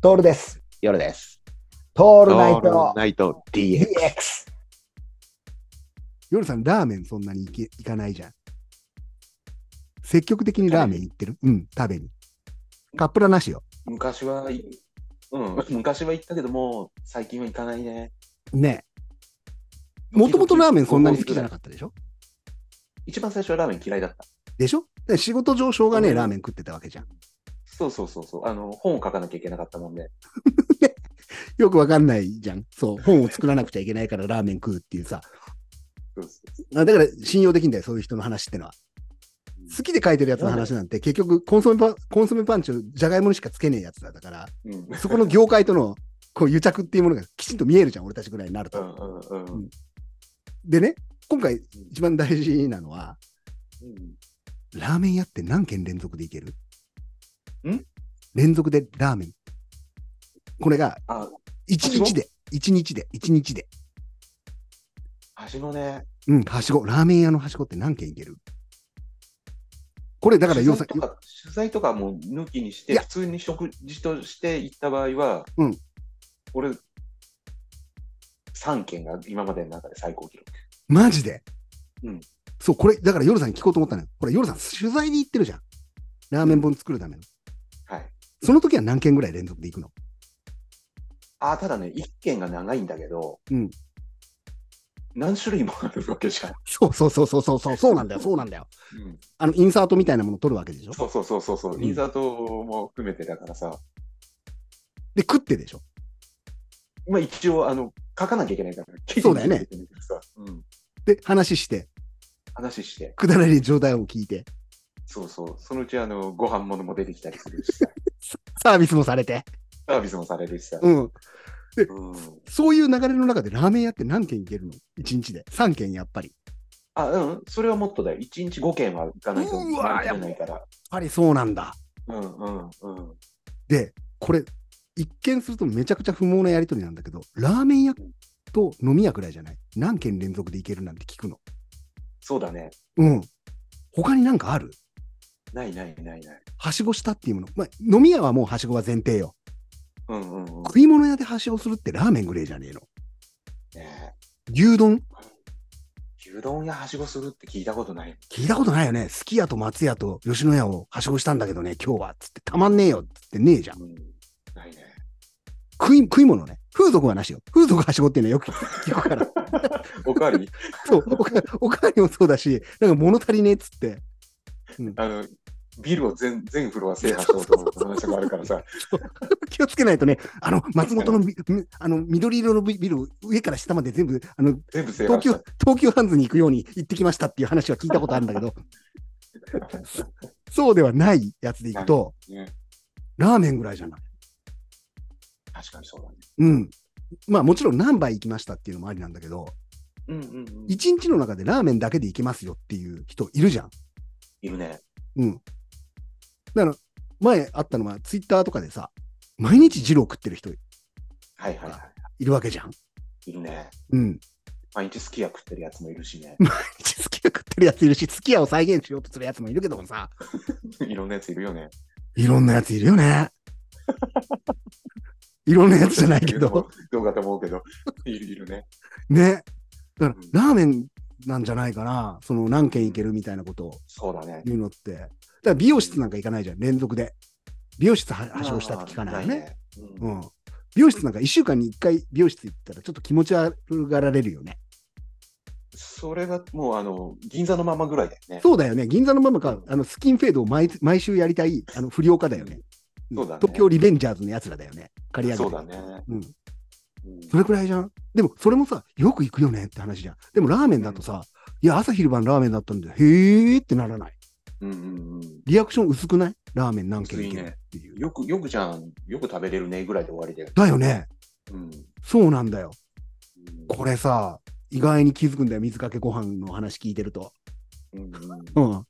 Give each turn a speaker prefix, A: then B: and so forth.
A: トールです。
B: 夜です。
A: ト
B: オ
A: ールナイト
B: ナイト DX。
A: DX。
C: 夜さん、ラーメンそんなに行け行かないじゃん。積極的にラーメン行ってるうん、食べに。カップラなしよ。
B: 昔は、いうん、 昔は行ったけども、最近は行かないね。
C: ねえ。もともとラーメンそんなに好きじゃなかったでしょ
B: 一番最初はラーメン嫌いだった。
C: でしょで仕事上しょうがね
B: う
C: え
B: ん
C: ラーメン食ってたわけじゃん。
B: そうそうそうそう。あの、本を書かなきゃいけなかったもんで。
C: よくわかんないじゃん。そう、本を作らなくちゃいけないからラーメン食うっていうさ。
B: そうそう
C: あだから信用できんだよ、そういう人の話ってのは。好きで書いてるやつの話なんて、結局コンソメパン、コンソメパンチをじゃがいもにしかつけねえやつだから、
B: うんうん
C: そこの業界とのこう癒着っていうものがきちんと見えるじゃん、俺たちぐらいになる
B: う
C: と。
B: んうんうん
C: でね、今回一番大事なのは、ラーメン屋って何軒連続でいける
B: ん
C: 連続でラーメン。これが
B: あ、
C: 1日で、1日で、1日で。
B: はしごね。
C: うん、はしご。ラーメン屋のはしごって何軒いけるこれだから
B: 取
C: 要
B: 材
C: さん
B: と、か、取材とかもう抜きにし
C: い
B: て、
C: や
B: 普通に食事として行った場合は、
C: うん
B: 俺、3件が今までの中で最高記録。
C: マジで。
B: うん
C: そう、これ、だから夜さんに聞こうと思ったのよ。ほら、夜さん、取材に行ってるじゃん。ラーメン本作るための。
B: はい。
C: その時は何件ぐらい連続で行くの
B: あーただね、1件が長いんだけど、
C: うん
B: 何種類もあるわけじゃん。
C: そうそうそうそうそうそう、そうなんだよ、そうなんだよ。あの、インサートみたいなもの取るわけでしょ
B: そうそうそうそうそう、
C: うん
B: インサートも含めてだからさ、
C: で、食ってでしょ
B: まあ、一応あの、書かなきゃいけないから、
C: そうだよね
B: 記事にしてさうん、
C: で、話して、
B: 話して、
C: くだらない冗談を聞いて、
B: そうそう、そのうちあのご飯物も出てきたりするし さ、
C: サービスもされて。
B: サービスもされるしさ。
C: うん。
B: うん
C: そういう流れの中でラーメン屋って何軒行けるの ?1 日で。3軒やっぱり。
B: あ、うん、それはもっとだよ。1日5件は行かないと
C: うわー
B: 決まりきれないから。
C: やっぱりそうなんだ。
B: うんうんうん。
C: で、これ、一見するとめちゃくちゃ不毛なやりとりなんだけど、ラーメン屋と飲み屋くらいじゃない何軒連続で行けるなんて聞くの。
B: そうだね。
C: うん。他になんかある
B: ないないないない。
C: はしごしたっていうもの。まあ、飲み屋はもうはしごは前提よ。
B: うんうんうん。
C: 食い物屋ではしごするってラーメンぐらいじゃねえの。
B: ね
C: 牛丼
B: え牛丼やはしごするって聞いたことない。
C: 聞いたことないよね。すき家と松屋と吉野家をはしごしたんだけどね、今日は。つって、たまんねえよ。つってねえじゃん。
B: うん、ないね。
C: 食い、食い物ね。風俗はなしよ。風俗はしごっていうのはよく聞くから。
B: おかわり
C: そう。おかおかわりもそうだし、なんか物足りねえっつって。
B: あの、ビルを全全フロア制覇しようと思って話があるか らさ、
C: 気をつけないとね、あの、松本のみみあの緑色のビビルを上から下まで全部、あの、
B: 全部制覇
C: 東
B: し
C: 急、東急ハンズに行くように行ってきましたっていう話は聞いたことあるんだけど、そうではないやつで行くと、
B: た、ね。
C: ラーメンぐらいじゃない。
B: 確かにそうだね。
C: うん。まあもちろん何杯行きましたっていうのもありなんだけど、
B: うんうん、うん。
C: 一日の中でラーメンだけで行けますよっていう人いるじゃん。
B: いるね。
C: うん。だから、前あったのはツイッターとかでさ、毎日二郎食ってる人
B: はいはいはい
C: るわけじゃん。
B: い。いるね。
C: うん。
B: 毎日すき家食ってるやつもい るしね。
C: 好き家食ってるやついるし、好き家を再現しようとするやつもいるけどもさ、
B: いろんなやついるよね。
C: いろんなやついるよ ね。いろんなやつじゃないけど、。
B: どうかと思うけど、いるいるね。
C: ね。だから、ラーメンなんじゃないかな、その何軒いけるみたいなことを
B: そうだね。
C: 言うのって。だから、美容室なんか行かないじゃん、連続で。美容室ははしごしたって聞かないよね。
B: あー。ないね
C: うん。美容室なんか1週間に1回美容室行ったら、ちょっと気持ち悪がられるよね。
B: それがもうあの銀座のままぐらいだよね。
C: そうだよね、銀座のママか、あのスキンフェードを毎毎週やりたい、あの不良家だよね。
B: うんそうだね
C: 東京リベンジャーズのやつらだよね。借り上げ
B: そ
C: て
B: うだね。
C: うん。
B: うん
C: それくらいじゃん。でも、それもさ、よく行くよねって話じゃん。でも、ラーメンだとさ、いや、朝昼晩ラーメンだったんで、へーってならない。
B: うんうんうん。
C: リアクション薄くないラーメン何軒いけるっていう。
B: よく、よくじゃん、よく食べれるねぐらいで終わりだよ。
C: だよね。
B: うん。
C: そうなんだよ。
B: うん
C: これさ、意外に気づくんだよ。水かけご飯の話聞いてると。
B: うんうん
C: うん。